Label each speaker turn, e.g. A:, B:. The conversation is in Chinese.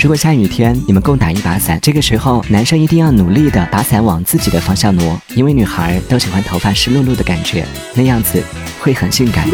A: 如果下雨天你们共打一把伞，这个时候男生一定要努力的把伞往自己的方向挪，因为女孩都喜欢头发湿漉漉的感觉，那样子会很性感。